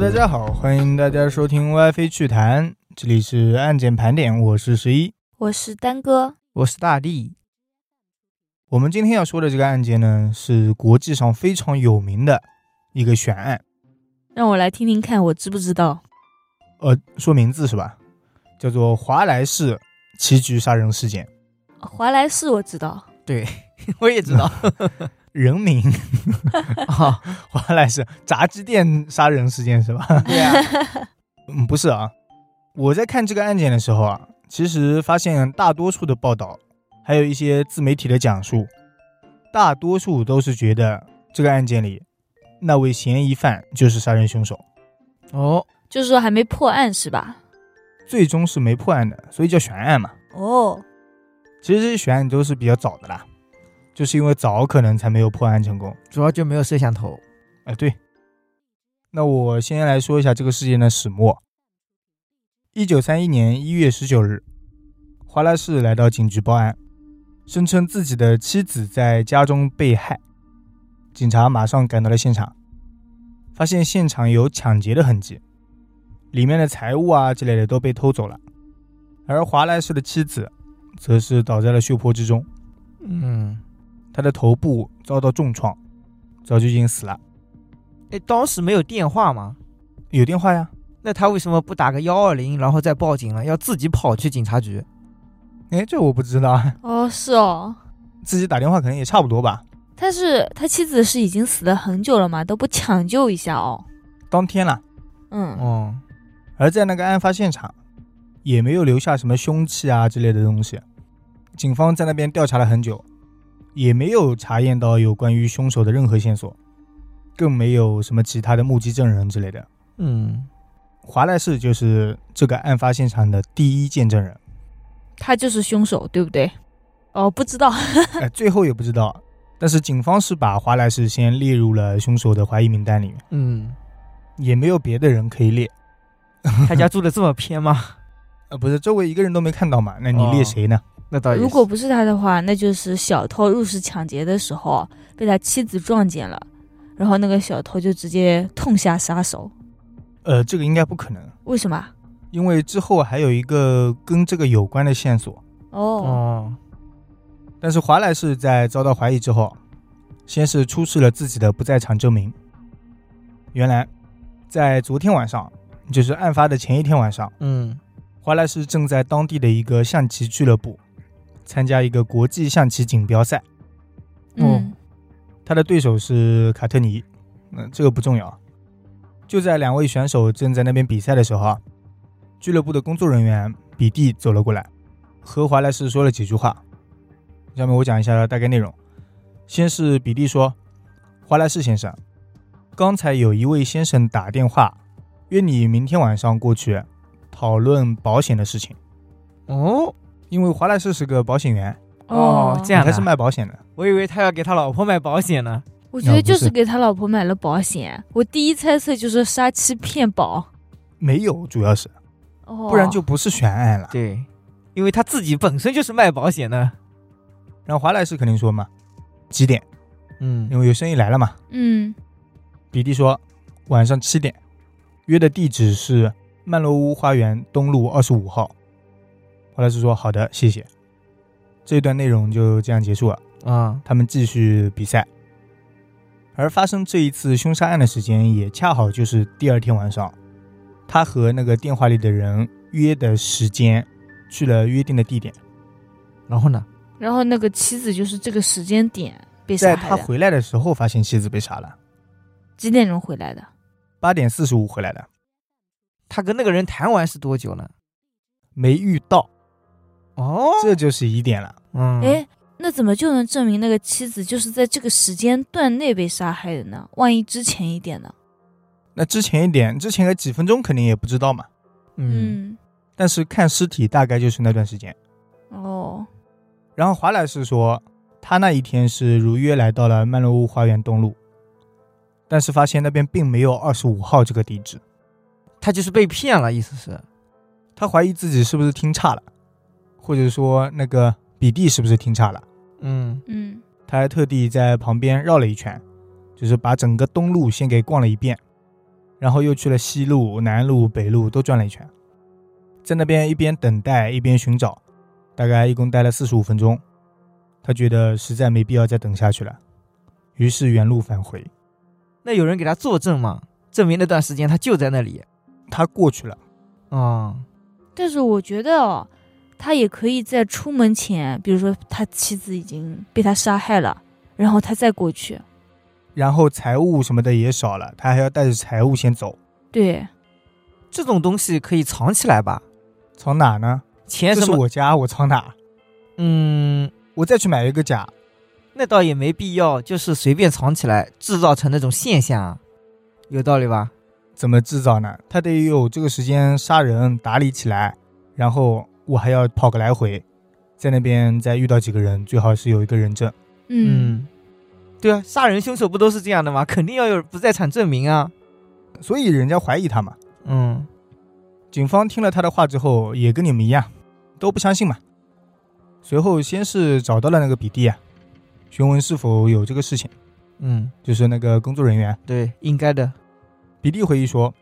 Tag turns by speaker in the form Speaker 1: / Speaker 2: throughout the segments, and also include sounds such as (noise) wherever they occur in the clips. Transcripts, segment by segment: Speaker 1: 大家好，欢迎大家收听 WiFi 趣谈，这里是案件盘点，我是十一，
Speaker 2: 我是丹哥。
Speaker 1: 我是大地。我们今天要说的这个案件呢，是国际上非常有名的一个悬案。
Speaker 2: 让我来听听看，我知不知道？
Speaker 1: 呃，说名字是吧？叫做华莱士棋局杀人事件。
Speaker 2: 呃华莱士我知道，
Speaker 3: 对，我也知道。 (laughs)
Speaker 1: 人哦名
Speaker 3: 啊，
Speaker 1: 华莱士炸鸡店杀人事件是吧？
Speaker 3: 对啊，
Speaker 1: (laughs) 嗯，不是啊，我在看这个案件的时候啊，其实发现大多数的报道，还有一些自媒体的讲述，大多数都是觉得这个案件里那位嫌疑犯就是杀人凶手，
Speaker 3: 哦，
Speaker 2: 就是说还没破案是吧？
Speaker 1: 最终是没破案的，所以叫悬案嘛。
Speaker 2: 哦，
Speaker 1: 其实这些悬案都是比较早的啦，就是因为早可能才没有破案成功。
Speaker 3: 主要就没有摄像头。
Speaker 1: 哎，对。那我先来说一下这个事件的始末。一九三一年一月十九日，华莱士来到警局报案，声称自己的妻子在家中被害。警察马上赶到了现场，发现现场有抢劫的痕迹，里面的财物啊之类的都被偷走了，而华莱士的妻子则是倒在了血泊之中，
Speaker 3: 嗯，
Speaker 1: 她的头部遭到重创，早就已经死了。
Speaker 3: 哎，当时没有电话吗？
Speaker 1: 有电话呀，
Speaker 3: 那他为什么不打个幺二零，然后再报警了，要自己跑去警察局？
Speaker 1: 哎，这我不知道，啊，
Speaker 2: 哦，是哦。
Speaker 1: 自己打电话可能也差不多吧。
Speaker 2: 但是他妻子是已经死了很久了嘛，都不抢救一下哦。
Speaker 1: 当天啦，
Speaker 2: 嗯，
Speaker 3: 哦，
Speaker 1: 而在那个案发现场，也没有留下什么凶器啊之类的东西。警方在那边调查了很久，也没有查验到有关于凶手的任何线索，更没有什么其他的目击证人之类的。
Speaker 3: 嗯，
Speaker 1: 华莱士就是这个案发现场的第一见证人，
Speaker 2: 他就是凶手，对不对？哦，不知道。
Speaker 1: 哎，最后也不知道。但是警方是把华莱士先列入了凶手的怀疑名单里面，
Speaker 3: 嗯，
Speaker 1: 也没有别的人可以列。
Speaker 3: 他家住的这么偏吗？ (laughs)
Speaker 1: 呃，不是，周围一个人都没看到嘛，那你列
Speaker 3: 哦
Speaker 1: 谁呢？
Speaker 3: 那倒也是。
Speaker 2: 如果不是他的话，那就是小偷入室抢劫的时候被他妻子撞见了，然后那个小偷就直接痛下杀手。
Speaker 1: 呃，这个应该不可能，
Speaker 2: 为什么？
Speaker 1: 因为之后还有一个跟这个有关的线索。
Speaker 2: 哦，
Speaker 3: 哦，
Speaker 1: 但是华莱士在遭到怀疑之后，先是出示了自己的不在场证明。原来，在昨天晚上，就是案发的前一天晚上，
Speaker 3: 嗯，
Speaker 1: 华莱士正在当地的一个象棋俱乐部参加一个国际象棋锦标赛，
Speaker 2: 嗯，
Speaker 1: 他的对手是卡特尼。嗯、这个不重要。就在两位选手正在那边比赛的时候啊，俱乐部的工作人员比蒂走了过来，和华莱士说了几句话。下面我讲一下大概内容。先是比利说：“华莱士先生，刚才有一位先生打电话约你明天晚上过去讨论保险的事情，
Speaker 3: 哦，
Speaker 1: 因为华莱士是个保险员，
Speaker 3: 哦这样
Speaker 1: 他
Speaker 3: 的
Speaker 1: 是卖保险的。
Speaker 3: 我以为他要给他老婆买保险呢。
Speaker 2: 我觉得
Speaker 1: 啊
Speaker 2: 就
Speaker 1: 不
Speaker 2: 是
Speaker 1: 是
Speaker 2: 给他老婆买了保险。我第一猜测就是杀妻骗保，
Speaker 1: 没有，主要是，
Speaker 2: 哦，
Speaker 1: 不然就不是悬案了。
Speaker 3: 对，因为他自己本身就是卖保险的。
Speaker 1: 然后华莱士肯定说嘛，几点？
Speaker 3: 嗯
Speaker 1: 因为有生意来了嘛。
Speaker 2: 嗯
Speaker 1: 比利说晚上七点，约的地址是曼罗屋花园东路二十五号。华莱士说好的，谢谢。这段内容就这样结束了，
Speaker 3: 啊，
Speaker 1: 他们继续比赛。而发生这一次凶杀案的时间也恰好就是第二天晚上，他和那个电话里的人约的时间，去了约定的地点。
Speaker 3: 然后呢？
Speaker 2: 然后那个妻子就是这个时间点被杀
Speaker 1: 在
Speaker 2: 害
Speaker 1: 他
Speaker 2: 的，
Speaker 1: 回来的时候，发现妻子被杀了，
Speaker 2: 几点钟回来的？
Speaker 1: 八点四十五回来的。
Speaker 3: 他跟那个人谈完是多久呢？
Speaker 1: 没遇到，
Speaker 3: 哦，
Speaker 1: 这就是疑点了。
Speaker 3: 嗯，
Speaker 2: 哎、那怎么就能证明那个妻子就是在这个时间段内被杀害的呢？万一之前一点呢？
Speaker 1: 那之前一点，之前的几分钟肯定也不知道嘛。
Speaker 3: 嗯，
Speaker 1: 但是看尸体大概就是那段时间。
Speaker 2: 嗯，哦，
Speaker 1: 然后华莱士说，他那一天是如约来到了曼罗屋花园东路，但是发现那边并没有二十五号这个地址。
Speaker 3: 他就是被骗了，意思是。
Speaker 1: 他怀疑自己是不是听差了，或者说那个比蒂是不是听差了。
Speaker 3: 嗯
Speaker 2: 嗯，
Speaker 1: 他还特地在旁边绕了一圈，就是把整个东路先给逛了一遍，然后又去了西路、南路、北路都转了一圈，在那边一边等待一边寻找，大概一共待了四十五分钟。他觉得实在没必要再等下去了，于是原路返回。
Speaker 3: 那有人给他作证吗？证明那段时间他就在那里
Speaker 1: 他过去了，
Speaker 3: 啊、
Speaker 2: 但是我觉得哦，他也可以在出门前，比如说他妻子已经被他杀害了，然后他再过去。
Speaker 1: 然后财物什么的也少了，他还要带着财物先走，
Speaker 2: 对，
Speaker 3: 这种东西可以藏起来吧？
Speaker 1: 藏哪呢？
Speaker 3: 钱
Speaker 1: 这
Speaker 3: 什
Speaker 1: 是
Speaker 3: 么？
Speaker 1: 我家，我藏哪？
Speaker 3: 嗯，
Speaker 1: 我再去买一个假，
Speaker 3: 那倒也没必要，就是随便藏起来，制造成那种现象啊，有道理吧？
Speaker 1: 怎么制造呢？他得有这个时间杀人打理起来，然后我还要跑个来回，在那边再遇到几个人，最好是有一个人证。
Speaker 2: 嗯，，
Speaker 3: 对啊，杀人凶手不都是这样的吗？ (laughs) 肯定要有不在场证明啊。
Speaker 1: 所以人家怀疑他嘛。
Speaker 3: 嗯，
Speaker 1: 警方听了他的话之后，也跟你们一样，都不相信嘛。随后先是找到了那个比利啊，询问是否有这个事情，
Speaker 3: 嗯，
Speaker 1: 就是那个工作人员。
Speaker 3: 对，应该的。
Speaker 1: 比利回忆说，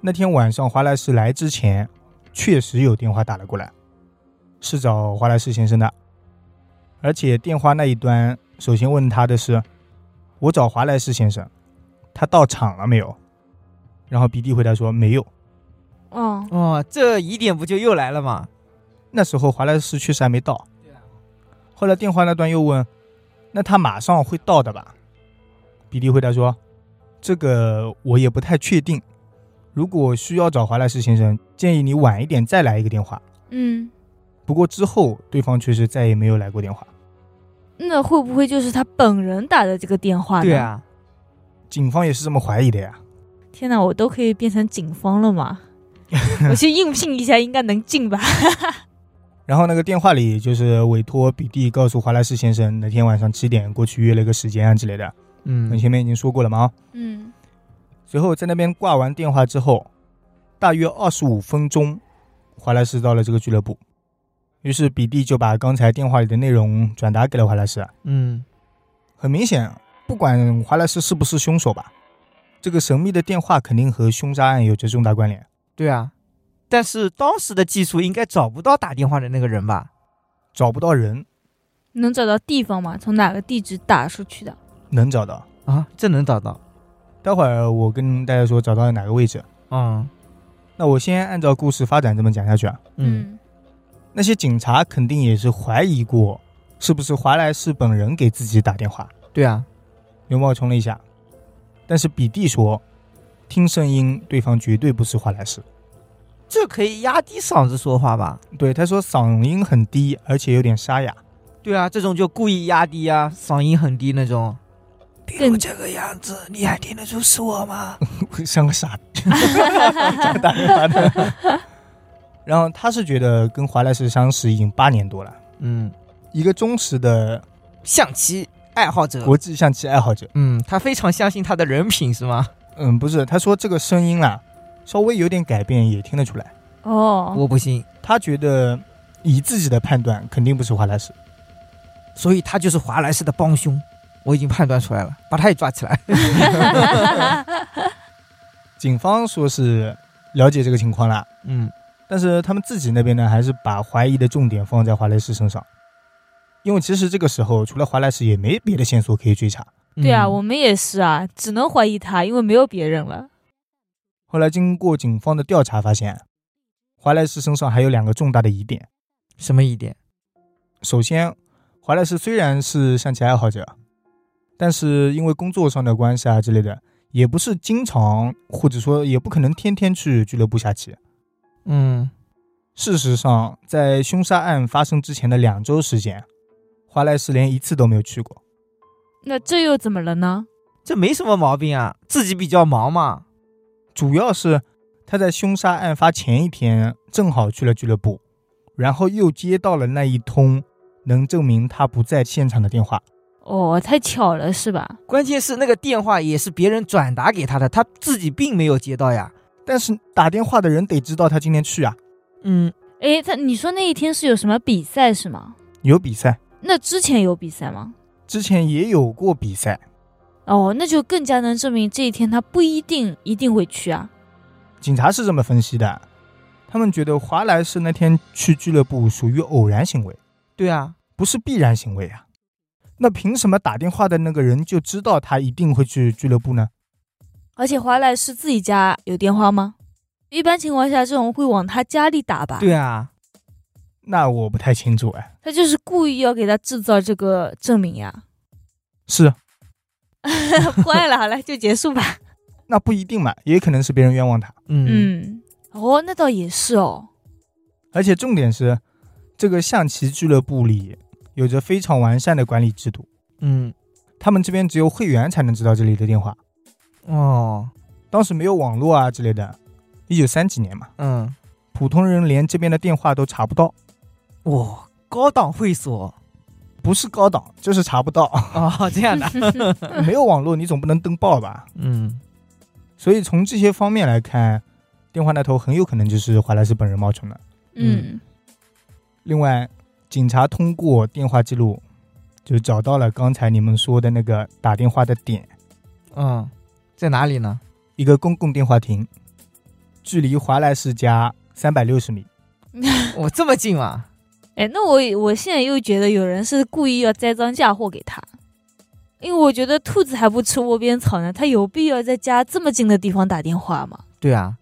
Speaker 1: 那天晚上华莱士来之前，确实有电话打了过来，是找华莱士先生的，而且电话那一端首先问他的是：“我找华莱士先生，他到场了没有？”然后比利回答说：“没有。嗯
Speaker 2: 哦，
Speaker 3: 哦，这疑点不就又来了吗？”
Speaker 1: 那时候华莱士确实还没到。后来电话那端又问：“那他马上会到的吧？”比利回答说：“这个我也不太确定。如果需要找华莱士先生，建议你晚一点再来一个电话。
Speaker 2: 嗯，
Speaker 1: 不过之后对方确实再也没有来过电话。
Speaker 2: 那会不会就是他本人打的这个电话呢？
Speaker 3: 对，啊，
Speaker 1: 警方也是这么怀疑的呀。
Speaker 2: 天哪，我都可以变成警方了
Speaker 3: (laughs)
Speaker 2: 吗？我去应聘一下，应该能进吧？
Speaker 1: 然后那个电话里就是委托比利告诉华莱士先生那天晚上七点过去约了一个时间啊之类的。我们
Speaker 3: 嗯，
Speaker 1: 前面已经说过了嘛啊。
Speaker 2: 嗯，
Speaker 1: 随后在那边挂完电话之后，大约二十五分钟，华莱士到了这个俱乐部。于是比利就把刚才电话里的内容转达给了华莱士。啊
Speaker 3: 嗯，
Speaker 1: 很明显，不管华莱士是不是凶手吧，这个神秘的电话肯定和凶杀案有着重大关联。
Speaker 3: 对啊。但是当时的技术应该找不到打电话的那个人吧？
Speaker 1: 找不到人
Speaker 2: 能找到地方吗？从哪个地址打出去的？
Speaker 1: 能找到，
Speaker 3: 啊，这能找到？
Speaker 1: 待会儿我跟大家说找到了哪个位置。
Speaker 3: 嗯
Speaker 1: 那我先按照故事发展这么讲下去啊。
Speaker 3: 嗯，
Speaker 1: 那些警察肯定也是怀疑过，是不是华莱士本人给自己打电话。
Speaker 3: 对啊，
Speaker 1: 刘茂冲了一下，但是比蒂说，听声音对方绝对不是华莱士。
Speaker 3: 这可以压低嗓子说话吧？
Speaker 1: 对，他说嗓音很低，而且有点沙哑。 (laughs)
Speaker 3: 对啊，这种就故意压低啊，嗓音很低那种。比
Speaker 2: 如
Speaker 3: 这个样子，你还听得出是我吗？
Speaker 1: 像个傻逼， (laughs) 讲打电话的。 (laughs) 然后他是觉得跟华莱士相识已经八年多了，
Speaker 3: (laughs) 嗯，
Speaker 1: 一个忠实的
Speaker 3: 象棋爱好者，
Speaker 1: 国际象棋爱好者。
Speaker 3: 嗯，他非常相信他的人品是吗？
Speaker 1: 嗯，不是，他说这个声音啦、稍微有点改变也听得出来。
Speaker 2: 哦，
Speaker 3: (laughs) 我不信，
Speaker 1: 他觉得以自己的判断，肯定不是华莱士。
Speaker 3: 所以他就是华莱士的帮凶。我已经判断出来了，把他也抓起来。
Speaker 1: 警方说是了解这个情况啦，
Speaker 3: (laughs) 嗯
Speaker 1: 但是他们自己那边呢，还是把怀疑的重点放在华莱士身上，因为其实这个时候除了华莱士也没别的线索可以追查。
Speaker 2: 对啊，
Speaker 3: 嗯
Speaker 2: 我们也是啊，只能怀疑他，因为没有别人了。
Speaker 1: 后来经过警方的调查，发现华莱士身上还有两个重大的疑点。
Speaker 3: 什么疑点？
Speaker 1: 首先，华莱士虽然是象棋爱好者，但是因为工作上的关系啊之类的，也不是经常或者说也不可能天天去俱乐部下棋。
Speaker 3: 嗯，
Speaker 1: 事实上，在凶杀案发生之前的两周时间，华莱士连一次都没有去过。
Speaker 2: 那这又怎么了呢？
Speaker 3: 这没什么毛病啊，自己比较忙嘛。
Speaker 1: 主要是他在凶杀案发前一天正好去了俱乐部，然后又接到了那一通能证明他不在现场的电话。
Speaker 2: 哦，太巧了是吧？
Speaker 3: 关键是那个电话也是别人转达给他的，他自己并没有接到呀。
Speaker 1: 但是打电话的人得知道他今天去啊，
Speaker 3: 嗯，
Speaker 2: 诶，他你说那一天是有什么比赛是吗？
Speaker 1: 有比赛，
Speaker 2: 那之前有比赛吗？
Speaker 1: 之前也有过比赛，
Speaker 2: 哦，那就更加能证明这一天他不一定一定会去啊。
Speaker 1: 警察是这么分析的，他们觉得华莱士那天去俱乐部属于偶然行为，
Speaker 3: 对啊，
Speaker 1: 不是必然行为啊。那凭什么打电话的那个人就知道他一定会去俱乐部呢？
Speaker 2: 而且华莱士自己家有电话吗？一般情况下，这种会往他家里打吧？
Speaker 3: 对啊，
Speaker 1: 那我不太清楚哎。
Speaker 2: 他就是故意要给他制造这个证明 (laughs) 呀。
Speaker 1: 是，
Speaker 2: 坏了，好了，就结束吧。
Speaker 1: 那不一定嘛，也可能是别人冤枉他。
Speaker 3: (laughs) 嗯，
Speaker 2: 嗯，哦，那倒也是
Speaker 3: (laughs)
Speaker 2: 哦。
Speaker 1: 而且重点是，这个象棋俱乐部里有着非常完善的管理制度，
Speaker 3: 嗯
Speaker 1: 他们这边只有会员才能知道这里的电话，
Speaker 3: 哦，
Speaker 1: 当时没有网络啊之类的。一九三几年嘛，
Speaker 3: 嗯，
Speaker 1: 普通人连这边的电话都查不到，
Speaker 3: 哇，高档会 (laughs) 所
Speaker 1: 不是高档就是查不到， (laughs)
Speaker 3: 哦，这样的，
Speaker 1: 没有网络你总不能登报吧？
Speaker 3: 嗯
Speaker 1: 所以从这些方面来看，电话那头很有可能就是华莱士本人冒充的。
Speaker 2: 嗯，
Speaker 1: 另外，警察通过电话记录，就找到了刚才你们说的那个打电话的点，
Speaker 3: 嗯，在哪里呢？
Speaker 1: 一个公共电话亭，距离华莱士家三百六十米。
Speaker 3: (laughs) 我这么近啊？
Speaker 2: 哎，那我我现在又觉得有人是故意要栽赃嫁祸给他，因为我觉得兔子还不吃窝边草呢，他有必要在家这么近的地方打电话吗？
Speaker 3: 对啊，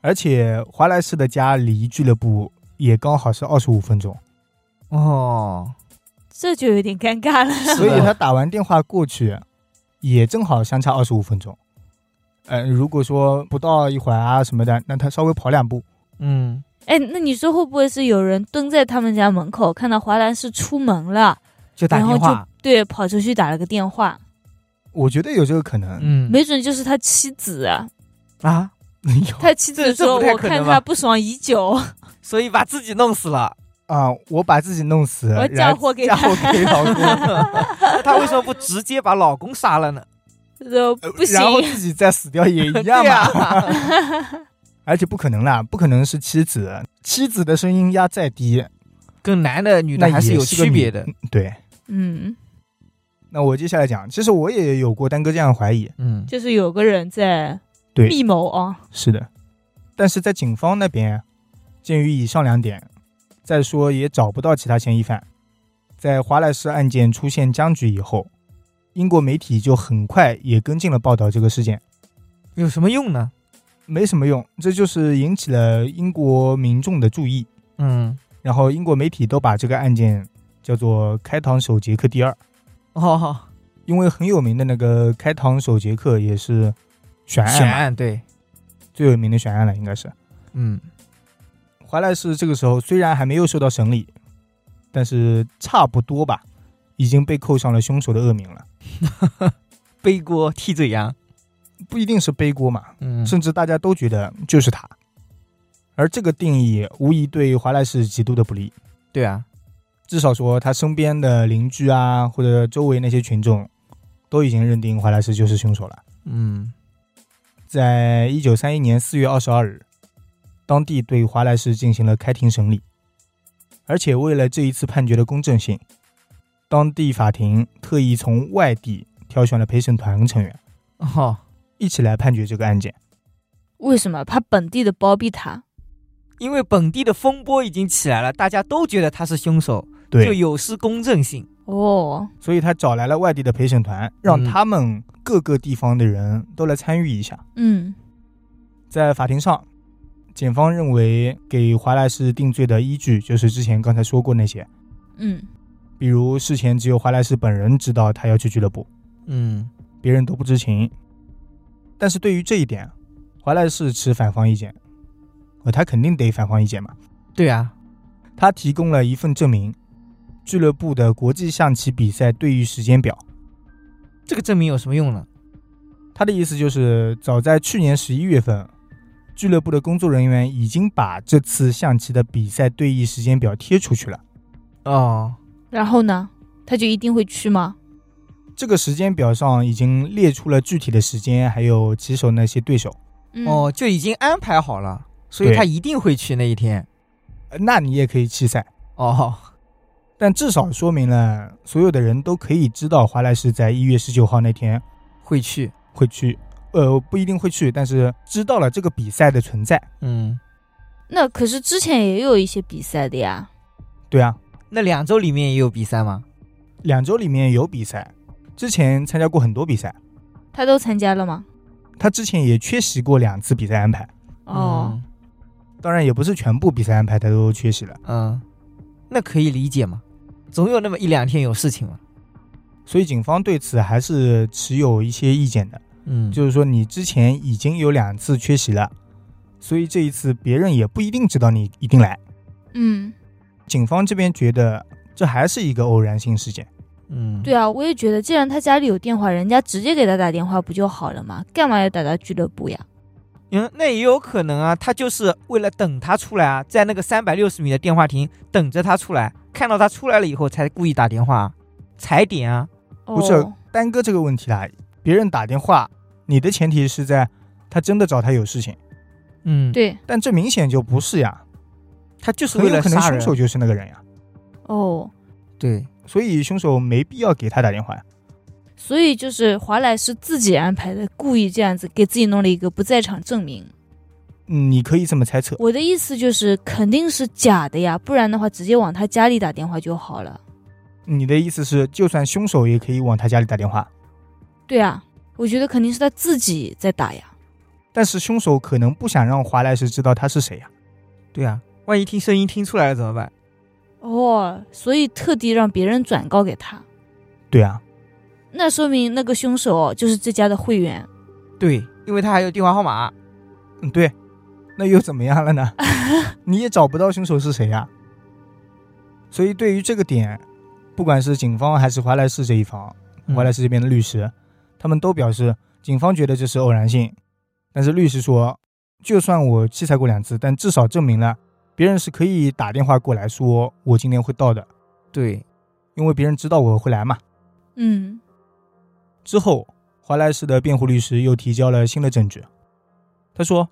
Speaker 1: 而且华莱士的家离俱乐部也刚好是二十五分钟，
Speaker 3: 哦，
Speaker 2: 这就有点尴尬了。
Speaker 1: 所以他打完电话过去，也正好相差二十五分钟。呃，如果说不到一会儿啊什么的，那他稍微跑两步，
Speaker 3: 嗯，
Speaker 2: (laughs) 哎，那你说会不会是有人蹲在他们家门口，看到华莱士出门了，
Speaker 3: 就打
Speaker 2: 然后
Speaker 3: 电
Speaker 2: 就
Speaker 3: 话，
Speaker 2: 对跑出去打了个电话，
Speaker 1: 我觉得有这个可能。
Speaker 3: 嗯，
Speaker 2: 没准就是他妻子啊。
Speaker 3: 啊，
Speaker 1: 有
Speaker 2: 他妻子
Speaker 3: 这这
Speaker 2: 说：“
Speaker 3: 不太
Speaker 2: 我
Speaker 3: 可
Speaker 2: 看
Speaker 3: 能
Speaker 2: 他
Speaker 3: 吧
Speaker 2: 不爽已久，
Speaker 3: 所以把自己弄死了。
Speaker 1: (laughs) 啊、我把自己弄死，
Speaker 2: 我
Speaker 1: 呃然
Speaker 2: 嫁 (laughs)
Speaker 1: 后
Speaker 2: 祸给
Speaker 1: 嫁
Speaker 2: 他，
Speaker 1: 祸给老公，
Speaker 3: 那他为什么不直接把老公杀了 (laughs) 呢？
Speaker 2: 说 (laughs) 不行
Speaker 1: 呃然，后自己再死掉也一样
Speaker 2: (laughs)
Speaker 3: 对
Speaker 1: 嘛。
Speaker 3: 啊，
Speaker 1: 而且不可能啦，不可能是妻子，妻子的声音压再低，
Speaker 3: (laughs) 跟男的女的
Speaker 1: 那
Speaker 3: 还
Speaker 1: 也
Speaker 3: 有
Speaker 1: 是个
Speaker 3: 区别
Speaker 1: 女
Speaker 3: 的。
Speaker 1: 对。
Speaker 2: 嗯，
Speaker 1: 那我接下来讲，其实我也有过丹哥这样的怀疑，
Speaker 3: 嗯
Speaker 2: 就是有个人在
Speaker 1: 对
Speaker 2: 密谋啊，
Speaker 1: 是的，但是在警方那边，鉴于以上两点，再说也找不到其他嫌疑犯。在华莱士案件出现僵局以后，英国媒体就很快也跟进了报道这个事件。
Speaker 3: 有什么用呢？
Speaker 1: 没什么用，这就是引起了英国民众的注意，
Speaker 3: 嗯，
Speaker 1: 然后英国媒体都把这个案件叫做“开膛手杰克第二
Speaker 3: 哦，”，
Speaker 1: 因为很有名的那个“开膛手杰克”也是悬案啊
Speaker 3: 选
Speaker 1: 嘛
Speaker 3: 案对，
Speaker 1: 最有名的悬案了，应该是。
Speaker 3: 嗯
Speaker 1: 华莱士这个时候虽然还没有受到审理，但是差不多吧，已经被扣上了凶手的恶名了，
Speaker 3: 背锅替罪羊。
Speaker 1: 不一定是背锅嘛，
Speaker 3: 嗯
Speaker 1: 甚至大家都觉得就是他。而这个定义无疑对华莱士极度的不利。
Speaker 3: 对啊，
Speaker 1: 至少说他身边的邻居啊，或者周围那些群众，都已经认定华莱士就是凶手了。
Speaker 3: 嗯
Speaker 1: 在一九三一年四月二十二日，当地对华莱士进行了开庭审理，而且为了这一次判决的公正性，当地法庭特意从外地挑选了陪审团成员
Speaker 3: 哦，
Speaker 1: 一起来判决这个案件。
Speaker 2: 为什么怕本地的包庇他？
Speaker 3: 因为本地的风波已经起来了，大家都觉得他是凶手，就
Speaker 1: 对，
Speaker 3: 有失公正性。
Speaker 2: 哦，
Speaker 1: 所以他找来了外地的陪审团，让他们各个地方的人都来参与一下。
Speaker 2: 嗯，
Speaker 1: 在法庭上，检方认为给华莱士定罪的依据就是之前刚才说过那些，
Speaker 2: 嗯，
Speaker 1: 比如事前只有华莱士本人知道他要去俱乐部，
Speaker 3: 嗯
Speaker 1: 别人都不知情。但是对于这一点，华莱士持反方意见，呃，他肯定得反方意见嘛。
Speaker 3: 对啊，
Speaker 1: 他提供了一份证明，俱乐部的国际象棋比赛对弈时间表。
Speaker 3: 这个证明有什么用呢？
Speaker 1: 他的意思就是，早在去年十一月份，俱乐部的工作人员已经把这次象棋的比赛对弈时间表贴出去了。
Speaker 3: 哦，
Speaker 2: 然后呢，他就一定会去吗？
Speaker 1: 这个时间表上已经列出了具体的时间，还有棋手那些对手。
Speaker 2: 嗯、
Speaker 3: 哦，，就已经安排好了，所以
Speaker 1: 对
Speaker 3: 他一定会去那一天。
Speaker 1: 呃那你也可以弃赛，
Speaker 3: 哦，
Speaker 1: 但至少说明了所有的人都可以知道华莱士在一月十九号那天
Speaker 3: 会去，
Speaker 1: 会去，呃，不一定会去，但是知道了这个比赛的存在。
Speaker 3: 嗯，
Speaker 2: 那可是之前也有一些比赛的呀。
Speaker 1: 对啊，
Speaker 3: 那两周里面也有比赛吗？
Speaker 1: 两周里面有比赛，之前参加过很多比赛，
Speaker 2: 他都参加了吗？
Speaker 1: 他之前也缺席过两次比赛安排，
Speaker 2: 哦，
Speaker 1: 当然也不是全部比赛安排他都缺席了。
Speaker 3: 嗯，嗯，那可以理解嘛，总有那么一两天有事情嘛。
Speaker 1: 所以警方对此还是持有一些意见的，
Speaker 3: 嗯，
Speaker 1: 就是说你之前已经有两次缺席了，所以这一次别人也不一定知道你一定来。
Speaker 2: 嗯，
Speaker 1: 警方这边觉得这还是一个偶然性事件，
Speaker 3: 嗯，
Speaker 2: 对啊，我也觉得，既然他家里有电话，人家直接给他打电话不就好了吗？干嘛要打到俱乐部呀？
Speaker 3: 嗯，那也有可能啊，他就是为了等他出来啊，在那个三百六十米的电话亭等着他出来，看到他出来了以后才故意打电话啊，踩点啊。
Speaker 1: 不是
Speaker 2: 哦
Speaker 1: 耽搁这个问题啦。别人打电话，你的前提是在他真的找他有事情，
Speaker 3: 嗯，，
Speaker 2: 对
Speaker 1: 但这明显就不是呀，
Speaker 3: 他就是
Speaker 1: 很
Speaker 3: 为
Speaker 1: 有
Speaker 3: 了
Speaker 1: 可能
Speaker 3: 杀人。
Speaker 1: 凶手就是那个人呀，
Speaker 2: 哦，
Speaker 3: 对，
Speaker 1: 所以凶手没必要给他打电话呀。
Speaker 2: 所以就是华莱士自己安排的，故意这样子给自己弄了一个不在场证明。
Speaker 1: 嗯，你可以这么猜测，
Speaker 2: 我的意思就是肯定是假的呀，不然的话直接往他家里打电话就好了。
Speaker 1: 你的意思是，就算凶手也可以往他家里打电话，
Speaker 2: 对啊，我觉得肯定是他自己在打呀。
Speaker 1: 但是凶手可能不想让华莱士知道他是谁呀、
Speaker 3: 对啊，万一听声音听出来了怎么办？
Speaker 2: 哦，所以特地让别人转告给他，
Speaker 1: 对啊，
Speaker 2: 那说明那个凶手哦就是这家的会员。
Speaker 3: 对，因为他还有电话号码。
Speaker 1: 嗯，对，那又怎么样了呢？你也找不到凶手是谁呀、所以对于这个点，不管是警方还是华莱士这一方，
Speaker 3: 嗯
Speaker 1: 华莱士这边的律师，他们都表示，警方觉得这是偶然性，但是律师说，就算我器材过两次，但至少证明了别人是可以打电话过来说我今天会到的，
Speaker 3: 对，
Speaker 1: 因为别人知道我会来嘛。
Speaker 2: 嗯，
Speaker 1: 之后，华莱士的辩护律师又提交了新的证据。他说，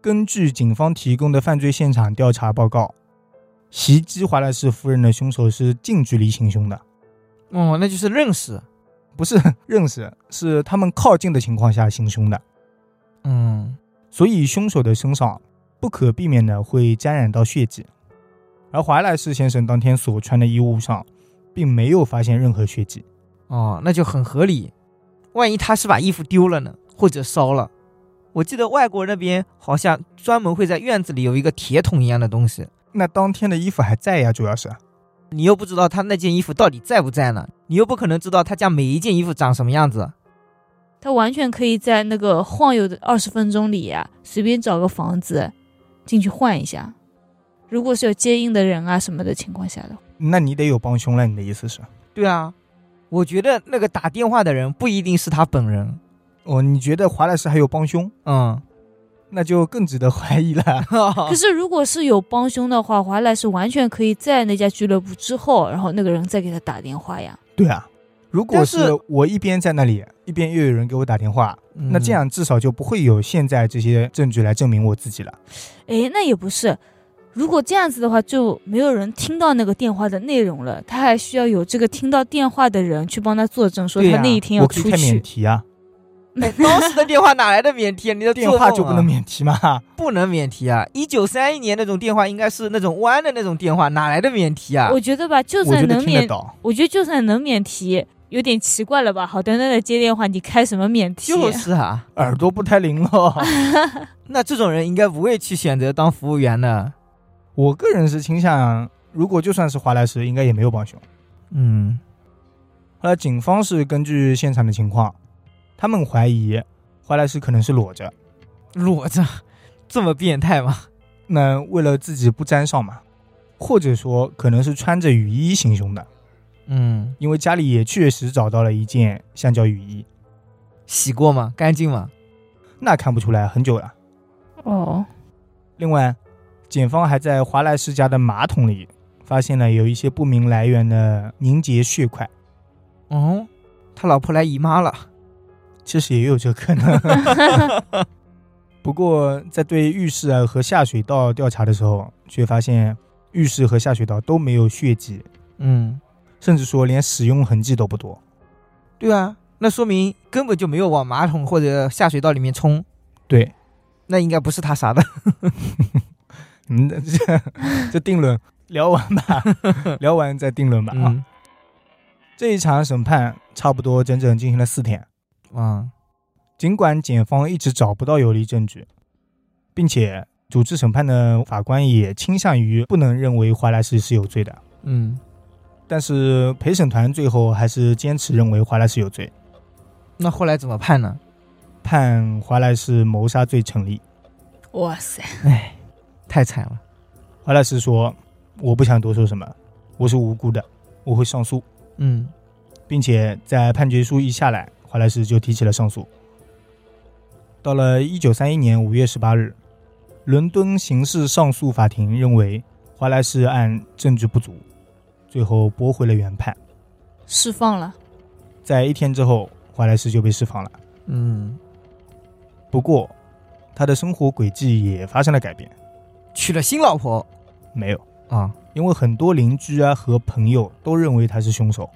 Speaker 1: 根据警方提供的犯罪现场调查报告，袭击华莱士夫人的凶手是近距离行凶的，
Speaker 3: 哦，那就是认识。
Speaker 1: 不是 (laughs) 认识，是他们靠近的情况下行凶的，
Speaker 3: 嗯，
Speaker 1: 所以凶手的身上不可避免的会沾染到血迹。而华莱士先生当天所穿的衣物上，并没有发现任何血迹。
Speaker 3: 哦，那就很合理。万一他是把衣服丢了呢，或者烧了？我记得外国那边好像专门会在院子里有一个铁桶一样的东西，
Speaker 1: 那当天的衣服还在呀，主要是。
Speaker 3: 你又不知道他那件衣服到底在不在呢，你又不可能知道他家每一件衣服长什么样子。
Speaker 2: 他完全可以在那个晃悠的二十分钟里呀、随便找个房子进去换一下。如果是有接应的人啊什么的情况下的话，
Speaker 1: 那你得有帮凶了，你的意思是？
Speaker 3: 对啊，我觉得那个打电话的人不一定是他本人。
Speaker 1: 哦，你觉得华莱士还有帮凶，
Speaker 3: 嗯，
Speaker 1: 那就更值得怀疑了。
Speaker 2: 可是如果是有帮凶的话，华莱士完全可以在那家俱乐部之后，然后那个人再给他打电话呀。
Speaker 1: 对啊，如果
Speaker 3: 但
Speaker 1: 是
Speaker 3: 是
Speaker 1: 我一边在那里，一边又有人给我打电话，
Speaker 3: 嗯
Speaker 1: 那这样至少就不会有现在这些证据来证明我自己了。
Speaker 2: 诶，那也不是。如果这样子的话，就没有人听到那个电话的内容了。他还需要有这个听到电话的人去帮他作证，说
Speaker 3: 对
Speaker 2: 他
Speaker 3: 呀
Speaker 2: 那一天要
Speaker 1: 我可以
Speaker 2: 出
Speaker 1: 开免
Speaker 2: 去。
Speaker 1: 提啊，
Speaker 3: 哎当时的电话哪来的免提啊？你的
Speaker 1: 电话就不能
Speaker 3: 免
Speaker 1: 免提嘛。
Speaker 3: 不能免提啊！一九三一年那种电话应该是那种弯的那种电话，哪来的免提
Speaker 2: (laughs)
Speaker 3: 啊？
Speaker 2: 我觉得吧，就
Speaker 1: 我觉
Speaker 2: 算
Speaker 1: 得
Speaker 2: 能
Speaker 1: 听得
Speaker 2: 免
Speaker 1: 到，
Speaker 2: 我觉得就算能免提，有点奇怪了吧？好端端的接电话，你开什么免提？
Speaker 3: 就是啊，
Speaker 1: 耳朵不太灵哦了。
Speaker 3: 那这种人应该不会去选择当服务员的。
Speaker 1: 我个人是倾向，如果就算是华莱士，应该也没有帮凶。
Speaker 3: 嗯
Speaker 1: 后来警方是根据现场的情况，他们怀疑华莱士可能是裸着，
Speaker 3: 裸着，这么变态吗？
Speaker 1: 那为了自己不沾上嘛，或者说可能是穿着雨衣行凶的。
Speaker 3: 嗯，
Speaker 1: 因为家里也确实找到了一件橡胶雨衣，
Speaker 3: 洗过吗？干净吗？
Speaker 1: 那看不出来很久了。
Speaker 2: 哦，
Speaker 1: 另外，检方还在华莱士家的马桶里发现了有一些不明来源的凝结血块，
Speaker 3: 哦，他老婆来姨妈了。
Speaker 1: 其实也有这可能。不过，在对浴室啊和下水道调查的时候，却发现浴室和下水道都没有血迹，
Speaker 3: 嗯，
Speaker 1: 甚至说连使用痕迹都不多。
Speaker 3: 对啊，那说明根本就没有往马桶或者下水道里面冲，
Speaker 1: 对，
Speaker 3: 那应该不是他杀的。
Speaker 1: 嗯， (laughs) 这这定论聊完吧，聊完再定论吧啊。
Speaker 3: 嗯
Speaker 1: 这一场审判差不多整整进行了四天，
Speaker 3: (laughs) 啊，
Speaker 1: 尽管检方一直找不到有力证据，并且主持审判的法官也倾向于不能认为华莱士是有罪的，
Speaker 3: 嗯，
Speaker 1: 但是陪审团最后还是坚持认为华莱士有罪，
Speaker 3: 那后来怎么判呢？
Speaker 1: 判华莱士谋杀罪成立。
Speaker 2: 哇塞，
Speaker 3: 唉，太惨了。
Speaker 1: 华莱士说：“我不想多说什么，我是无辜的，我会上诉。”
Speaker 3: 嗯
Speaker 1: 并且在判决书一下来，华莱士就提起了上诉。到了一九三一年五月十八日，伦敦刑事上诉法庭认为华莱士案证据不足，最后驳回了原判。
Speaker 2: 释放了，
Speaker 1: 在一天之后，华莱士就被释放了。
Speaker 3: 嗯，
Speaker 1: 不过，他的生活轨迹也发生了改变。
Speaker 3: 娶了新老婆
Speaker 1: 没有，
Speaker 3: 啊。
Speaker 1: 因为很多邻居啊和朋友都认为他是凶手，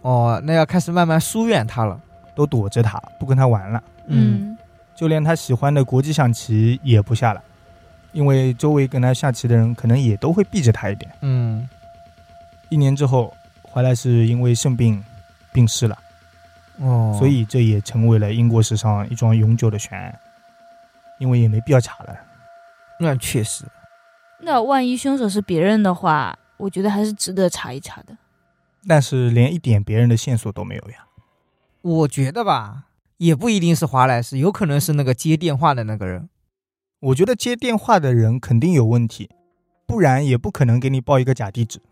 Speaker 3: 哦，那要开始慢慢疏远他了。
Speaker 1: 都躲着他，不跟他玩了。
Speaker 2: 嗯，
Speaker 1: 就连他喜欢的国际象棋也不下了，因为周围跟他下棋的人可能也都会避着他一点。
Speaker 3: 嗯，
Speaker 1: 一年之后，怀莱士因为肾病病逝了，
Speaker 3: 哦，
Speaker 1: 所以这也成为了英国史上一桩永久的悬案，因为也没必要查了。
Speaker 3: 那确实，
Speaker 2: 那万一凶手是别人的话，我觉得还是值得查一查的。
Speaker 1: 但是连一点别人的线索都没有呀。
Speaker 3: 我觉得吧，也不一定是华莱士，有可能是那个接电话的那个人。
Speaker 1: 我觉得接电话的人肯定有问题，不然也不可能给你报一个假地址。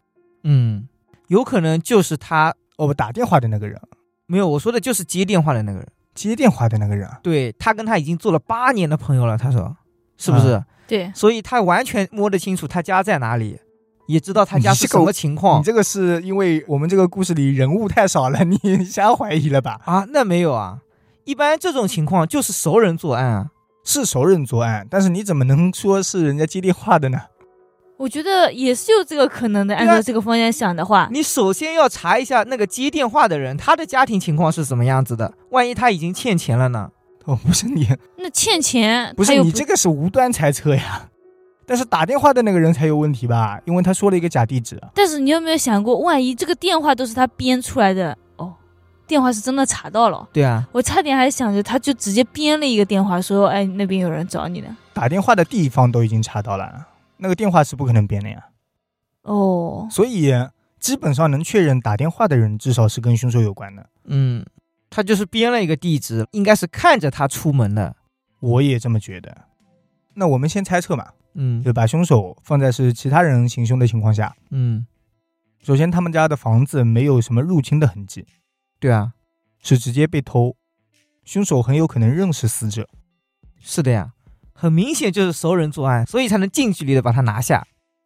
Speaker 3: 嗯，有可能就是他。
Speaker 1: 哦，不，打电话的那个人，
Speaker 3: 没有，我说的就是接电话的那个人。
Speaker 1: 接电话的那个人，
Speaker 3: 对他跟他已经做了八年的朋友了，他说是不是？
Speaker 1: 啊
Speaker 2: 对，
Speaker 3: 所以他完全摸得清楚他家在哪里，也知道他家是什么情况
Speaker 1: 你这个是因为我们这个故事里人物太少了，你瞎怀疑了吧？
Speaker 3: 啊。那没有啊，一般这种情况就是熟人作案啊。
Speaker 1: 是熟人作案，但是你怎么能说是人家接电话的呢？ (laughs)
Speaker 2: 我觉得也是有这个可能的。
Speaker 3: 对啊
Speaker 2: 按照这个方向想的话，
Speaker 3: 你首先要查一下那个接电话的人，他的家庭情况是什么样子的。万一他已经欠钱了呢？
Speaker 1: 哦，不是你，
Speaker 2: 那欠钱
Speaker 1: 不
Speaker 2: 他
Speaker 1: 是
Speaker 2: 又
Speaker 1: 你，这个是无端猜测呀。 (laughs) 但是打电话的那个人才有问题吧？因为他说了一个假地址，
Speaker 2: 但是你有没有想过，万一这个电话都是他编出来的？哦，电话是真的查到了。
Speaker 3: 对啊，
Speaker 2: 我差点还想着，他就直接编了一个电话，说：“哎，那边有人找你呢。
Speaker 1: 打电话的地方都已经查到了，那个电话是不可能编的呀。”
Speaker 2: 哦，
Speaker 1: 所以基本上能确认打电话的人至少是跟凶手有关的。
Speaker 3: 嗯，他就是编了一个地址，应该是看着他出门的。
Speaker 1: 我也这么觉得。那我们先猜测嘛，
Speaker 3: 嗯
Speaker 1: 就把凶手放在是其他人行凶的情况下，
Speaker 3: 嗯，
Speaker 1: 首先，他们家的房子没有什么入侵的痕迹，
Speaker 3: 对啊，
Speaker 1: 是直接被偷。凶手很有可能认识死者，
Speaker 3: 是的呀，很明显就是熟人作案，所以才能近距离的把他拿下。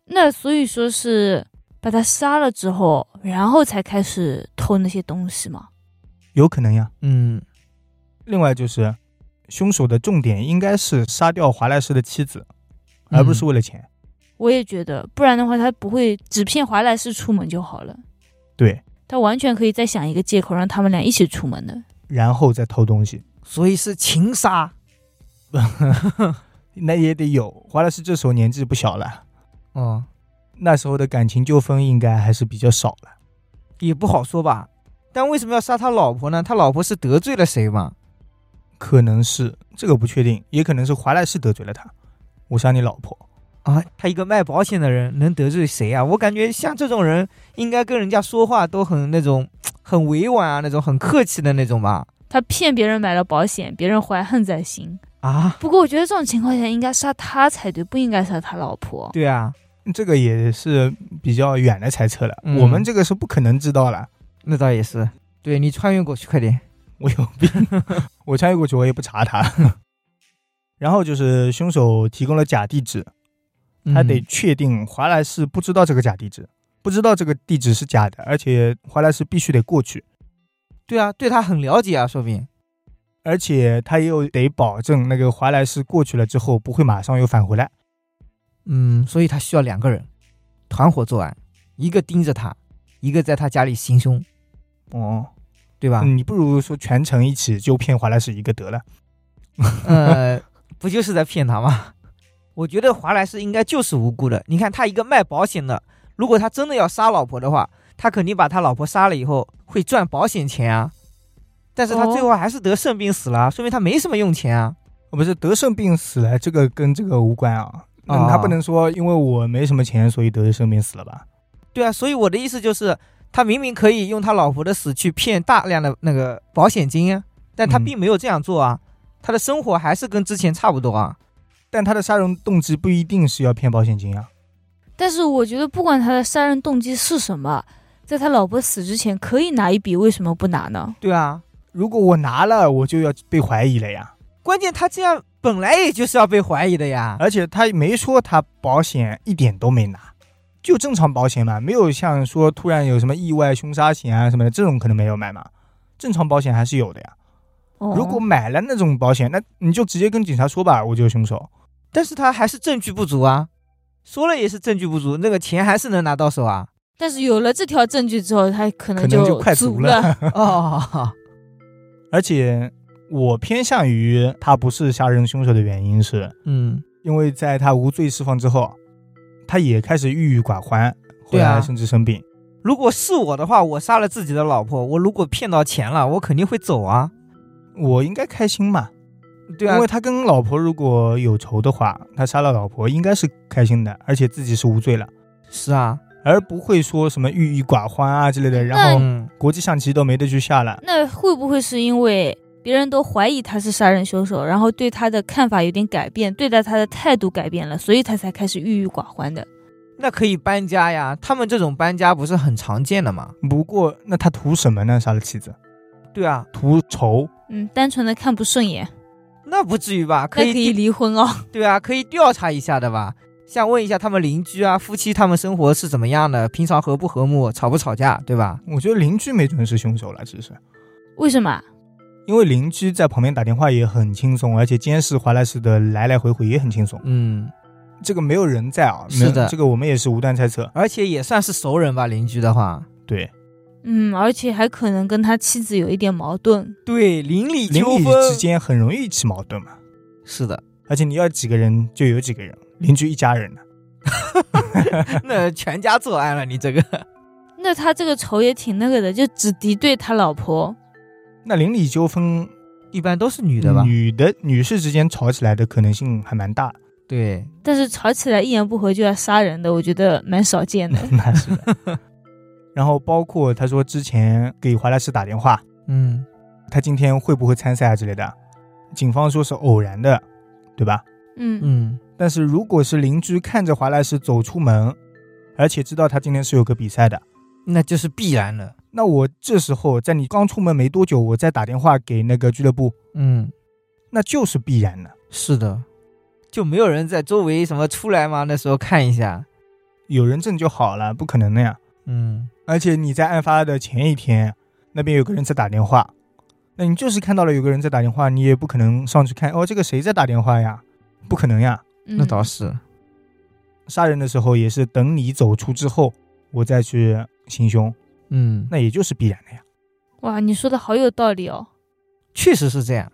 Speaker 2: 那所以说是把他杀了之后，然后才开始偷那些东西嘛？
Speaker 1: 有可能呀。
Speaker 3: 嗯
Speaker 1: 另外就是，凶手的重点应该是杀掉华莱士的妻子，而不是为了钱。
Speaker 2: 我也觉得，不然的话他不会只骗华莱士出门就好了。
Speaker 1: 对，
Speaker 2: 他完全可以再想一个借口，让他们俩一起出门的。
Speaker 1: 然后再偷东西，
Speaker 3: 所以是情杀。
Speaker 1: 那也得有。华莱士这时候年纪不小了，
Speaker 3: 哦，
Speaker 1: 那时候的感情纠纷应该还是比较少了。
Speaker 3: 也不好说吧。但为什么要杀他老婆呢？他老婆是得罪了谁嘛？
Speaker 1: 可能是这个不确定，也可能是华莱士得罪了他。我杀你老婆，
Speaker 3: 啊，他一个卖保险的人能得罪谁啊？我感觉像这种人，应该跟人家说话都很那种很委婉啊，那种很客气的那种吧？
Speaker 2: 他骗别人买了保险，别人怀恨在心。
Speaker 3: 啊，
Speaker 2: 不过我觉得这种情况下应该杀他才对，不应该杀他老婆。
Speaker 3: 对啊，
Speaker 1: 这个也是比较远的猜测了，
Speaker 3: 嗯
Speaker 1: 我们这个是不可能知道了。
Speaker 3: 那倒也是。对你穿越过去，快点。
Speaker 1: 我有病， (laughs) 我穿越过去我也不查他。 (laughs) 然后就是凶手提供了假地址，他得
Speaker 3: 嗯
Speaker 1: 确定华莱士不知道这个假地址，不知道这个地址是假的，而且华莱士必须得过去，
Speaker 3: 对啊，对他很了解啊，说不定。
Speaker 1: 而且他又得保证那个华莱士过去了之后不会马上又返回来。
Speaker 3: 嗯，所以他需要两个人团伙作案，一个盯着他，一个在他家里行凶。
Speaker 1: 哦，
Speaker 3: 对吧？
Speaker 1: 你不如说全程一起就骗华莱士一个得了。嗯
Speaker 3: 呃，不就是在骗他吗？ (laughs) 我觉得华莱士应该就是无辜的。你看他一个卖保险的，如果他真的要杀老婆的话，他肯定把他老婆杀了以后会赚保险钱啊。但是他最后还是得肾病死了，啊说明他没什么用钱啊。
Speaker 1: (laughs) 哦，不是得肾病死了，这个跟这个无关啊。
Speaker 3: 啊
Speaker 1: 嗯，他不能说因为我没什么钱，所以得肾病死了吧？
Speaker 3: 对啊，所以我的意思就是，他明明可以用他老婆的死去骗大量的那个保险金啊，但他
Speaker 1: 嗯
Speaker 3: 并没有这样做啊。他的生活还是跟之前差不多啊。
Speaker 1: 但他的杀人动机不一定是要骗保险金啊。
Speaker 2: 但是我觉得，不管他的杀人动机是什么，在他老婆死之前可以拿一笔，为什么不拿呢？
Speaker 3: 对啊，
Speaker 1: 如果我拿了，我就要被怀疑了呀。
Speaker 3: 关键他这样本来也就是要被怀疑的呀。
Speaker 1: 而且他没说他保险一点都没拿，就正常保险嘛，没有像说突然有什么意外凶杀险啊什么的，这种可能没有买嘛。正常保险还是有的呀。
Speaker 2: 哦
Speaker 1: 如果买了那种保险，那你就直接跟警察说吧，我就是凶手。
Speaker 3: 但是他还是证据不足啊，说了也是证据不足，那个钱还是能拿到
Speaker 1: (laughs)
Speaker 3: 手啊。
Speaker 2: 但是有了这条证据之后，他可
Speaker 1: 可
Speaker 2: 能
Speaker 1: 能就
Speaker 2: 就
Speaker 1: 快
Speaker 2: 足
Speaker 1: 足了。
Speaker 3: 哦，
Speaker 1: 而且我偏向于他不是杀人凶手的原因是，
Speaker 3: 嗯，
Speaker 1: 因为在他无罪释放之后，他也开始郁郁寡欢，后
Speaker 3: 对啊
Speaker 1: 来甚至生病。
Speaker 3: 如果是我的话，我杀了自己的老婆，我如果骗到钱了，我肯定会走啊。
Speaker 1: 我应该开心嘛？
Speaker 3: 对啊
Speaker 1: 因为，他跟老婆如果有仇的话，他杀了老婆应该是开心的，而且自己是无罪了，
Speaker 3: 是啊，
Speaker 1: 而不会说什么郁郁寡欢啊之类的。然后
Speaker 3: 嗯，
Speaker 1: 国际象棋都没得去下了，
Speaker 2: 那会不会是因为别人都怀疑他是杀人凶手，然后对他的看法有点改变，对待他的态度改变了，所以他才开始郁郁寡欢的？
Speaker 3: 那可以搬家呀，他们这种搬家不是很常见的吗？
Speaker 1: 不过那他图什么呢？杀了妻子，
Speaker 3: 对啊，
Speaker 1: 图仇。
Speaker 2: 嗯，单纯的看不顺眼，
Speaker 3: 那不至于吧？可
Speaker 2: 那
Speaker 3: 以
Speaker 2: 可以离婚哦。
Speaker 3: 对啊，可以调查一下的吧。像问一下他们邻居啊，夫妻他们生活是怎么样的，平常和不和睦，吵不吵架，对吧？
Speaker 1: 我觉得邻居没准是凶手了，只是。
Speaker 2: 为什么？啊
Speaker 1: 因为邻居在旁边打电话也很轻松，而且监视华莱士的来来回回也很轻松。
Speaker 3: 嗯，
Speaker 1: 这个没有人在啊，
Speaker 3: 是的
Speaker 1: 没有这个我们也是无端猜测。
Speaker 3: 而且也算是熟人吧，邻居的话。
Speaker 1: 对，
Speaker 2: 嗯，而且还可能跟他妻子有一点矛盾。
Speaker 3: 对，邻里
Speaker 1: 邻
Speaker 3: 纠
Speaker 1: 里
Speaker 3: 纷
Speaker 2: (laughs)
Speaker 1: 之间很容易起矛盾嘛，
Speaker 3: 是的，
Speaker 1: 而且你要几个人就有几个人，邻居一家人呢。啊
Speaker 3: 那全家作案了，你这个。
Speaker 2: 那他这个仇也挺那个的，就只敌对他老婆。
Speaker 1: 那邻里纠纷，
Speaker 3: 一般都是女的吧？
Speaker 2: 嗯
Speaker 1: 女的女士之间吵起来的可能性还蛮大。
Speaker 3: 对，
Speaker 2: 但是吵起来一言不合就要杀人的，我觉得蛮少见 (laughs) 的。
Speaker 1: 那是的。 (laughs) 然后包括他说之前给华莱士打电话，
Speaker 3: 嗯，
Speaker 1: 他今天会不会参赛啊之类的，警方说是偶然的，对吧？
Speaker 2: 嗯，
Speaker 3: 嗯，
Speaker 1: 但是如果是邻居看着华莱士走出门，而且知道他今天是有个比赛的，
Speaker 3: 那就是必然的。
Speaker 1: 那我这时候在你刚出门没多久，我再打电话给那个俱乐部，
Speaker 3: 嗯，
Speaker 1: 那就是必然的。
Speaker 3: 是的，就没有人在周围什么出来吗？那时候看一下。
Speaker 1: 有人证就好了，不可能的呀。
Speaker 3: 嗯，
Speaker 1: 而且你在案发的前一天，那边有个人在打电话，那你就是看到了有个人在打电话，你也不可能上去看哦，这个谁在打电话呀？不可能呀。
Speaker 2: 嗯
Speaker 3: 那倒是。
Speaker 1: 杀人的时候也是等你走出之后，我再去行凶，
Speaker 3: 嗯，那
Speaker 1: 那也就是必然的呀。
Speaker 2: 哇，你说的好有道理哦。
Speaker 3: 确实是这样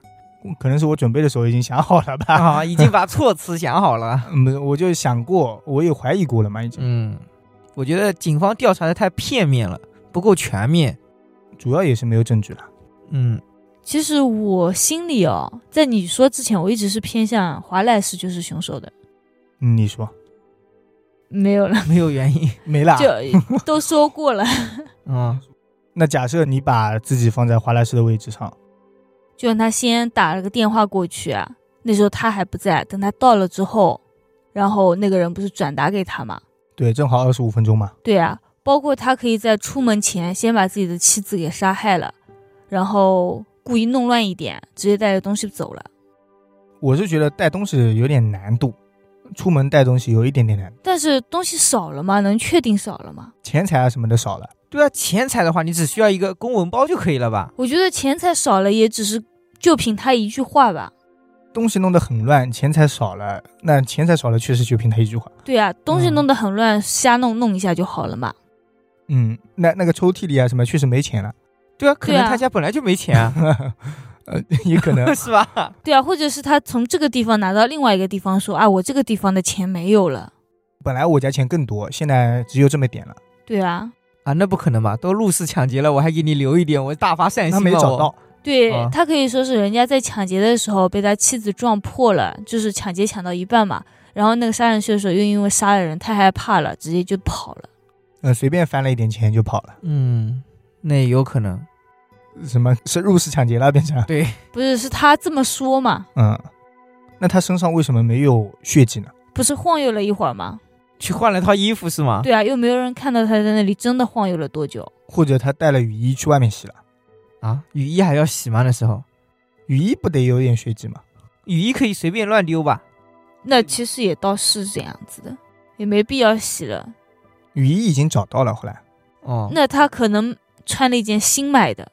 Speaker 1: 可能是我准备的时候已经想好了吧。
Speaker 3: 啊，已经把措辞想好了。
Speaker 1: (laughs) 嗯，我就想过，我也怀疑过了嘛，已经。
Speaker 3: (laughs) 嗯，我觉得警方调查的太片面了，不够全面。
Speaker 1: 主要也是没有证据了。
Speaker 3: 嗯，
Speaker 2: 其实我心里哦，在你说之前，我一直是偏向华莱士就是凶手的，
Speaker 1: 嗯你说
Speaker 2: 没有了，
Speaker 3: (laughs) 没有原因。
Speaker 1: 没了啊？
Speaker 2: 就都说过了。
Speaker 3: (laughs) 嗯，
Speaker 1: 那假设你把自己放在华莱士的位置上，
Speaker 2: 就让他先打了个电话过去啊，那时候他还不在，等他到了之后，然后那个人不是转达给他嘛？
Speaker 1: 对，正好二十五分钟嘛。
Speaker 2: 对啊，包括他可以在出门前先把自己的妻子给杀害了，然后故意弄乱一点，直接带着东西走了。
Speaker 1: 我是觉得带东西有点难度，出门带东西有一点点难，
Speaker 2: 但是东西少了吗？能确定少了吗？
Speaker 1: 钱财啊什么的少了。
Speaker 3: 对啊，钱财的话，你只需要一个公文包就可以了吧？
Speaker 2: 我觉得钱财少了，也只是就凭他一句话吧。
Speaker 1: 东西弄得很乱，钱财少了，那钱财少了确实就凭他一句话。
Speaker 2: 对啊，东西
Speaker 3: 嗯
Speaker 2: 弄得很乱，瞎弄弄一下就好了嘛。
Speaker 1: 嗯，那那个抽屉里啊什么确实没钱了，
Speaker 3: 对啊，可
Speaker 2: 对
Speaker 3: 能
Speaker 2: 啊
Speaker 3: 他家本来就没钱 (laughs) 啊，
Speaker 1: (laughs) 呃，也可
Speaker 3: (laughs)
Speaker 1: 能
Speaker 3: 是吧？
Speaker 2: 对啊，或者是他从这个地方拿到另外一个地方说啊，我这个地方的钱没有了。
Speaker 1: 本来我家钱更多，现在只有这么点了，
Speaker 2: 对啊，
Speaker 3: 啊，那不可能吧？都入室抢劫了，我还给你留一点，我大发善心
Speaker 1: 他
Speaker 3: 吧。
Speaker 1: 没找到
Speaker 3: 哎我，，
Speaker 2: 对、
Speaker 3: 啊
Speaker 2: 他可以说是人家在抢劫的时候被他妻子撞破了，就是抢劫抢到一半嘛，然后那个杀人凶手又因为杀了人太害怕了，直接就跑了。
Speaker 1: 嗯，随便翻了一点钱就跑了，
Speaker 3: 嗯，那也有可能。
Speaker 1: 什么是入室抢劫了变成？
Speaker 3: 对，
Speaker 2: 不是，是他这么说嘛？
Speaker 1: 嗯，那他身上为什么没有血迹呢？
Speaker 2: 不是晃悠了一会儿吗？
Speaker 3: 去换了套衣服是吗？
Speaker 2: 对啊，又没有人看到他在那里真的晃悠了多久。
Speaker 1: 或者他带了雨衣去外面洗了？
Speaker 3: 啊，雨衣还要洗吗？那时候
Speaker 1: 雨衣不得有点血迹吗？
Speaker 3: 雨衣可以随便乱丢吧？嗯
Speaker 2: 那其实也倒是这样子的，也没必要洗了。
Speaker 1: 雨衣已经找到了，后来
Speaker 3: 哦，
Speaker 2: 那他可能穿了一件新买的，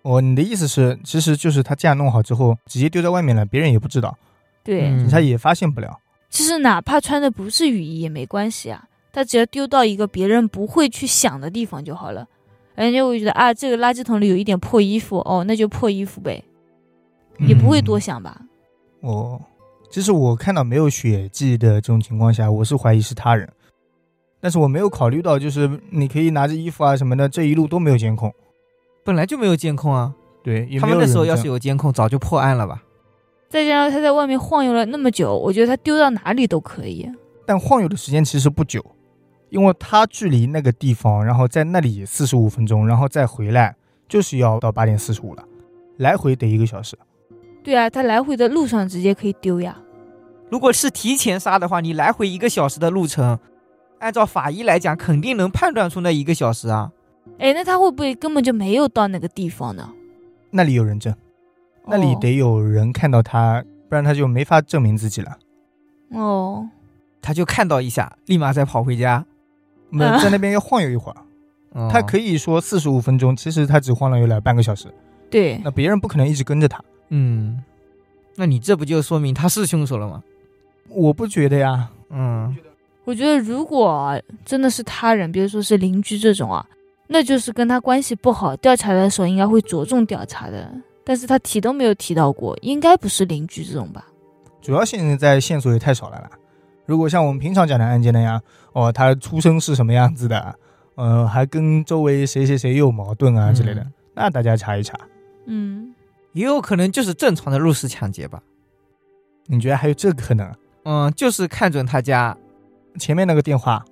Speaker 1: 哦，你的意思是，其实就是他这样弄好之后，直接丢在外面了，别人也不知道，
Speaker 2: 对，
Speaker 3: 嗯
Speaker 1: 警察也发现不了。
Speaker 2: 其实哪怕穿的不是雨衣也没关系啊，他只要丢到一个别人不会去想的地方就好了。人家会觉得啊，这个垃圾桶里有一点破衣服，哦，那就破衣服呗，也不会多
Speaker 1: 嗯
Speaker 2: 想吧。
Speaker 1: 哦，其实我看到没有血迹的这种情况下，我是怀疑是他人，但是我没有考虑到，就是你可以拿着衣服啊什么的，这一路都没有监控，
Speaker 3: 本来就没有监控啊，
Speaker 1: 对，也
Speaker 3: 他
Speaker 1: 没
Speaker 3: 们
Speaker 1: 有
Speaker 3: 那时候
Speaker 1: 人
Speaker 3: 要
Speaker 1: 证
Speaker 3: 是有监控，早就破案了吧？
Speaker 2: 再加上他在外面晃悠了那么久，我觉得他丢到哪里都可以。
Speaker 1: 但晃悠的时间其实不久，因为他距离那个地方，然后在那里四十五分钟，然后再回来就是要到八点四十五了，来回得一个小时。
Speaker 2: 对啊，他来回的路上直接可以丢呀。
Speaker 3: 如果是提前杀的话，你来回一个小时的路程，按照法医来讲，肯定能判断出那一个小时啊。
Speaker 2: 哎，那他会不会根本就没有到那个地方呢？
Speaker 1: 那里有人证，那
Speaker 2: 哦
Speaker 1: 里得有人看到他，不然他就没法证明自己了。
Speaker 2: 哦哦，
Speaker 3: 他就看到一下，立马再跑回家。
Speaker 1: 没有在那边要晃悠一会儿，
Speaker 3: 嗯
Speaker 1: 他可
Speaker 3: 以，
Speaker 1: 以说四十五分钟，其实他只晃悠了半个小时，
Speaker 2: 对，
Speaker 1: 那别人不可能一直跟着他。
Speaker 3: 嗯，那你这不就说明他是凶手了吗？
Speaker 1: 我不觉得呀，
Speaker 3: 嗯，
Speaker 2: 我觉得如果真的是他人，比如说是邻居这种啊，那就是跟他关系不好，调查的时候应该会着重调查的。但是他提都没有提到过，应该不是邻居这种吧？
Speaker 1: 主要现在线索也太少了啦。如果像我们平常讲的案件那样，哦，他出生是什么样子的，呃，还跟周围谁谁谁有矛盾啊之类的，
Speaker 3: 嗯
Speaker 1: 那大家查一查。
Speaker 2: 嗯，
Speaker 3: 也有可能就是正常的入室抢劫吧。
Speaker 1: 你觉得还有这个可能？
Speaker 3: 嗯，就是看准他家，
Speaker 1: 前面那个电话，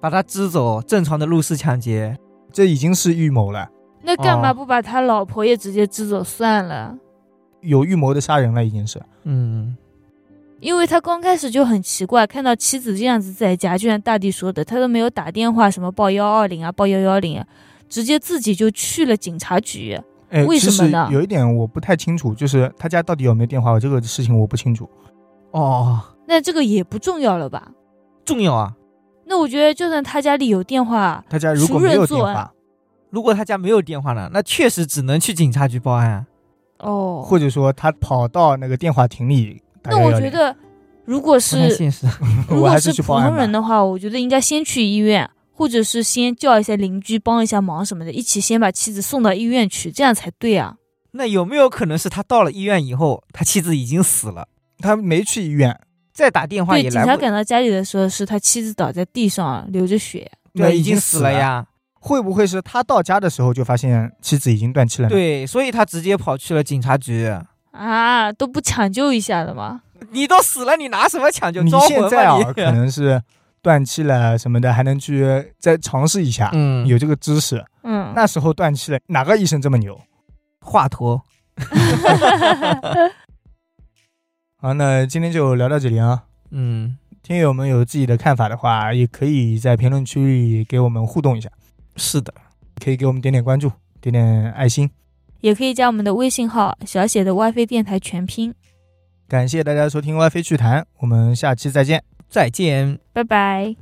Speaker 3: 把他支走，正常的入室抢劫。
Speaker 1: 这已经是预谋了，
Speaker 2: 那干嘛
Speaker 3: 哦
Speaker 2: 不把他老婆也直接支走算了？
Speaker 1: 有预谋的杀人了，已经是。
Speaker 3: 嗯，
Speaker 2: 因为他刚开始就很奇怪，看到妻子这样子在家，就像大地说的，他都没有打电话什么报幺二零啊，报幺幺零啊，直接自己就去了警察局。
Speaker 1: 哎，
Speaker 2: 为什么呢
Speaker 1: 其实有一点我不太清楚，就是他家到底有没有电话，我这个事情我不清楚。
Speaker 3: 哦，
Speaker 2: 那这个也不重要了吧？
Speaker 3: 重要啊。
Speaker 2: 那我觉得，就算他家里有电话，
Speaker 1: 他家如果
Speaker 2: 熟人
Speaker 1: 没有电
Speaker 2: 作案
Speaker 1: 话，
Speaker 3: 如果他家没有电话呢，那确实只能去警察局报案啊。
Speaker 2: 哦，
Speaker 1: 或者说他跑到那个电话亭里，打
Speaker 2: 那我
Speaker 1: 110
Speaker 2: 觉得，如果
Speaker 3: 不太
Speaker 2: 是
Speaker 3: 现实。 (laughs)
Speaker 2: 如
Speaker 1: 我
Speaker 2: 果
Speaker 1: 还
Speaker 2: 是
Speaker 1: 是去
Speaker 2: 普
Speaker 1: 报案
Speaker 2: 通
Speaker 1: 吧
Speaker 2: 人。的话，我觉得应该先去医院，或者是先叫一下邻居帮一下忙什么的，一起先把妻子送到医院去，这样才对啊。
Speaker 3: 那有没有可能是他到了医院以后，他妻子已经死了，
Speaker 1: 他没去医院，
Speaker 3: 再打电话
Speaker 2: 对，
Speaker 3: 也
Speaker 2: 警
Speaker 3: 来
Speaker 2: 察
Speaker 3: 不？
Speaker 2: 赶到家里的时候，是他妻子倒在地上流着血。
Speaker 1: 那
Speaker 3: 对，已
Speaker 1: 经
Speaker 3: 经死了
Speaker 1: 呀。
Speaker 3: 呀。
Speaker 1: 会不会是他到家的时候就发现妻子已经断气了呢？，
Speaker 3: 对，所以他直接跑去了警察局。
Speaker 2: 啊，都不抢救一下的吗？
Speaker 3: 你都死了，你拿什么抢救？
Speaker 1: 你
Speaker 3: 招
Speaker 1: 现
Speaker 3: 魂
Speaker 1: 在
Speaker 3: 吧
Speaker 1: 啊
Speaker 3: 你！，
Speaker 1: 可能是断气了什么的，还能去再尝试一下，
Speaker 3: (laughs) 嗯，
Speaker 1: 有这个知识。 (laughs)
Speaker 2: 嗯，
Speaker 1: 那时候断气了，哪个医生这么牛
Speaker 3: 华佗。
Speaker 1: 好，那今天就聊到这里啊。
Speaker 3: 嗯，
Speaker 1: 听友们有自己的看法的话，也可以在评论区里给我们互动一下，
Speaker 3: 是的，
Speaker 1: 可以给我们点点关注，点点爱心。
Speaker 2: 也可以加我们的微信号小写的 WiFi 电台全拼，
Speaker 1: 感谢大家收听《歪飞趣谈》，我们下期再见。
Speaker 3: 再见。
Speaker 2: 拜拜。